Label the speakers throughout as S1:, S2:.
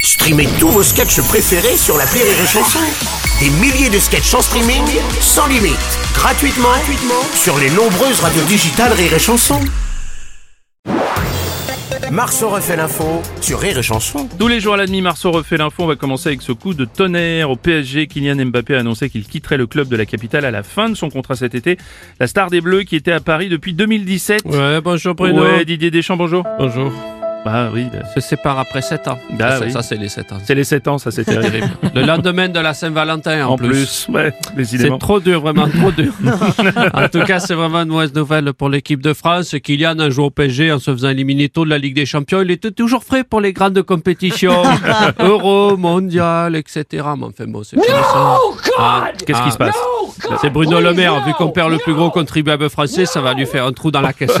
S1: Streamez tous vos sketchs préférés sur la Rire et Chanson. Des milliers de sketchs en streaming, sans limite, gratuitement, gratuitement sur les nombreuses radios digitales Rire et Chanson. Marceau refait l'info sur Rire et Chanson.
S2: Tous les jours à la demi, Marceau refait l'info. On va commencer avec ce coup de tonnerre au PSG. Kylian Mbappé a annoncé qu'il quitterait le club de la capitale à la fin de son contrat cet été. La star des Bleus qui était à Paris depuis 2017.
S3: Ouais, bonjour Bruno.
S2: Ouais, Didier Deschamps, bonjour.
S3: Bonjour.
S2: Bah oui, bah,
S3: Se sépare après 7 ans.
S2: Bah
S3: ça, c'est-
S2: oui.
S3: ça, c'est les 7 ans.
S2: c'est les 7 ans, ça c'est
S3: C'est
S2: terrible.
S3: terrible. Le lendemain de la Saint-Valentin en,
S2: en plus, ouais, décidément.
S3: C'est trop dur, vraiment trop dur. en tout cas, c'est vraiment une mauvaise nouvelle pour l'équipe de France. Kylian a joué au PSG en se faisant éliminer tôt de la Ligue des Champions. Il était toujours frais pour les grandes compétitions. Euro, Mondial, etc. Mais enfin bon, c'est comme ça. Ah,
S2: Qu'est-ce qui se
S3: ah.
S2: passe
S3: C'est Bruno Le Maire. Vu qu'on perd le plus gros contribuable français, ça va lui faire un trou dans la caisse.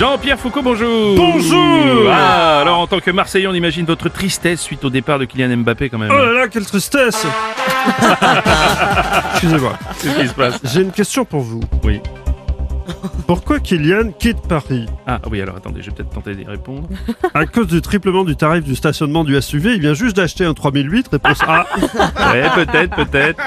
S2: Jean-Pierre Foucault, bonjour. Bonjour. Ah, alors en tant que Marseillais, on imagine votre tristesse suite au départ de Kylian Mbappé quand même.
S4: Oh là là, quelle tristesse Excusez-moi,
S2: Qu'est-ce qui se passe
S4: j'ai une question pour vous.
S2: Oui.
S4: Pourquoi Kylian quitte Paris
S2: Ah oui, alors attendez, je vais peut-être tenter d'y répondre.
S4: À cause du triplement du tarif du stationnement du SUV, il vient juste d'acheter un 3008, réponse A.
S2: Ah. Ouais, peut-être, peut-être.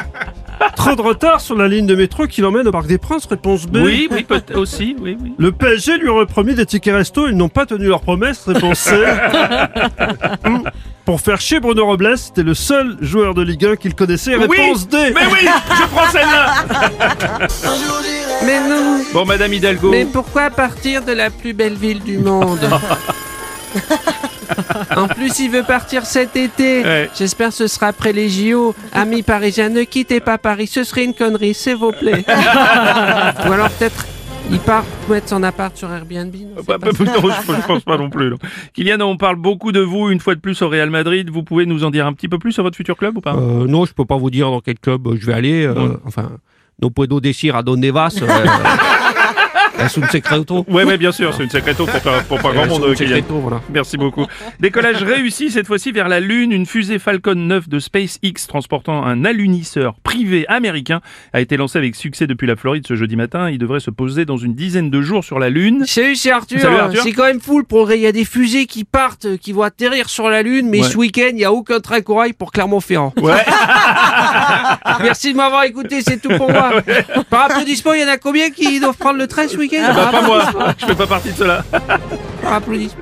S4: Trop de retard sur la ligne de métro qui l'emmène au Parc des Princes, réponse B.
S2: Oui, oui, peut-être aussi, oui, oui.
S4: Le PSG lui aurait promis des tickets resto, ils n'ont pas tenu leur promesse, réponse C. Hmm. Pour faire chier Bruno Robles, c'était le seul joueur de Ligue 1 qu'il connaissait, réponse D.
S2: Mais oui, je prends celle-là.
S3: Mais non
S2: Bon, Madame Hidalgo.
S3: Mais pourquoi partir de la plus belle ville du monde En plus, il veut partir cet été.
S2: Ouais.
S3: J'espère que ce sera après les JO. Amis parisiens, ne quittez pas Paris. Ce serait une connerie, s'il vous plaît. Ou alors peut-être, il part mettre son appart sur Airbnb. non, c'est
S2: Bah,
S3: pas
S2: bah, non, je, je pense pas non plus. non. Kylian, on parle beaucoup de vous une fois de plus au Real Madrid. Vous pouvez nous en dire un petit peu plus sur votre futur club ou pas
S5: Euh, non, je peux pas vous dire dans quel club euh, je vais aller. euh, Enfin, no puedo decir a donde vas. Euh, es un secreto.
S2: Ouais, ouais, bien sûr, c'est une secréto pour pas, pour pas grand
S5: Euh,
S2: monde,
S5: c'est un
S2: euh, Kylian.
S5: secreto, voilà.
S2: Merci beaucoup. Décollage réussi cette fois-ci vers la Lune. Une fusée Falcon 9 de SpaceX transportant un alunisseur privé américain a été lancée avec succès depuis la Floride ce jeudi matin. Il devrait se poser dans une dizaine de jours sur la Lune.
S3: Salut, c'est Arthur.
S2: Salut, Arthur.
S3: C'est quand même fou le progrès. Il y a des fusées qui partent, euh, qui vont atterrir sur la Lune, mais
S2: Ouais.
S3: ce week-end, il n'y a aucun train corail pour Clermont-Ferrand.
S2: Ouais.
S3: Merci de m'avoir écouté, c'est tout pour moi. Par applaudissement, il y en a combien qui doivent prendre le train ce week-end
S5: Ah,
S2: Bah, pas moi, je fais pas partie de cela.
S3: Par applaudissement.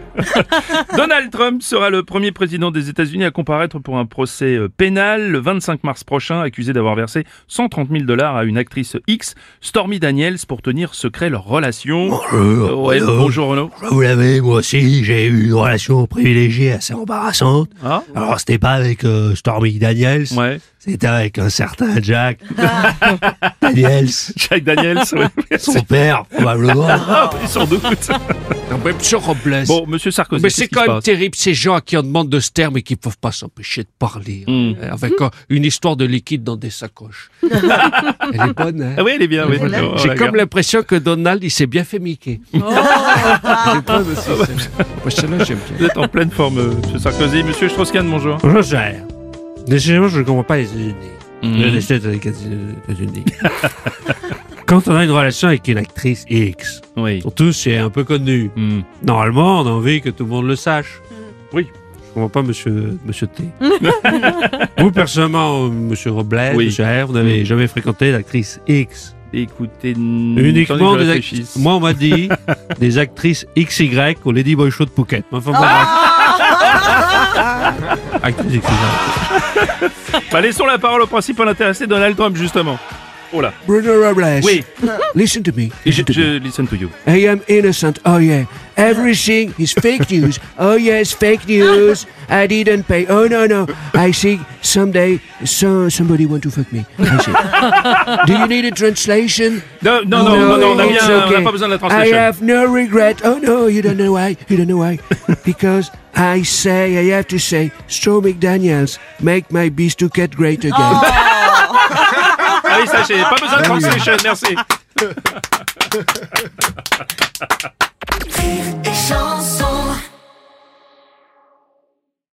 S2: Donald Trump sera le premier président des États-Unis à comparaître pour un procès euh, pénal le 25 mars prochain, accusé d'avoir versé 130 000 dollars à une actrice X, Stormy Daniels, pour tenir secret leur relation.
S5: Oh,
S6: Bonjour.
S2: Euh, Ouais,
S6: Bonjour.
S2: bonjour Renaud.
S6: Euh, Vous l'avez, moi aussi, j'ai eu une relation privilégiée assez embarrassante.
S2: Ah,
S6: Alors, c'était pas avec euh, Stormy Daniels,
S2: ouais.
S6: c'était avec un certain Jack Daniels,
S2: Jack Daniels, ouais.
S6: son père, probablement.
S2: Ah oui, sans doute. Bon, monsieur Sarkozy.
S5: Mais
S2: qu'est-ce
S5: c'est
S2: qui
S5: quand
S2: se
S5: même
S2: passe
S5: terrible ces gens à qui on demande de se taire mais qui peuvent pas s'empêcher de parler
S2: Mm.
S5: euh, avec euh, une histoire de liquide dans des sacoches. Elle est bonne. hein
S2: Ah oui, elle est bien. Oui. Oh,
S5: J'ai
S2: la
S5: comme
S2: garde.
S5: l'impression que Donald il s'est bien fait miquer. là j'aime bien.
S2: Vous êtes en pleine forme, euh, monsieur Sarkozy. Monsieur Strauss-Kahn, bonjour.
S5: Roger, décidément, je ne comprends pas les États-Unis.
S2: Mm.
S5: Le destin des États-Unis. Quand on a une relation avec une actrice X,
S2: Oui.
S5: surtout c'est un peu connu.
S2: Hmm.
S5: Normalement, on a envie que tout le monde le sache.
S2: Oui.
S5: Je comprends pas, monsieur, monsieur T. vous, personnellement, euh, monsieur Robles,
S2: Oui. Mhm.
S5: monsieur R, vous n'avez jamais fréquenté l'actrice X.
S2: Écoutez,
S5: Uniquement des
S2: actrices.
S5: actrices. Moi, on m'a dit des actrices XY au Lady Boy Show de Phuket. Mais Enfin, bon, bref. Actrices XY.
S2: Bah, laissons la parole au principal intéressé, Donald Trump, justement. Oh là.
S5: Bruno Robles.
S2: Oui.
S5: Listen to me.
S2: Je, je listen to you.
S5: I am innocent. Oh yeah. Everything is fake news. Oh yes, fake news. I didn't pay. Oh no no. I think someday so somebody want to fuck me. I think. Do you need a translation?
S2: Non, non, non, non, non, on a bien-
S5: it's
S2: on n'a
S5: okay.
S2: pas besoin de la
S5: I
S2: translation.
S5: have no regret. Oh no, you don't know why. You don't know why. Because I say, I have to say, Storm McDaniels, make my beast to get great again.
S2: Ah oui, sachez, pas besoin de translation, merci.
S7: Rire et chanson.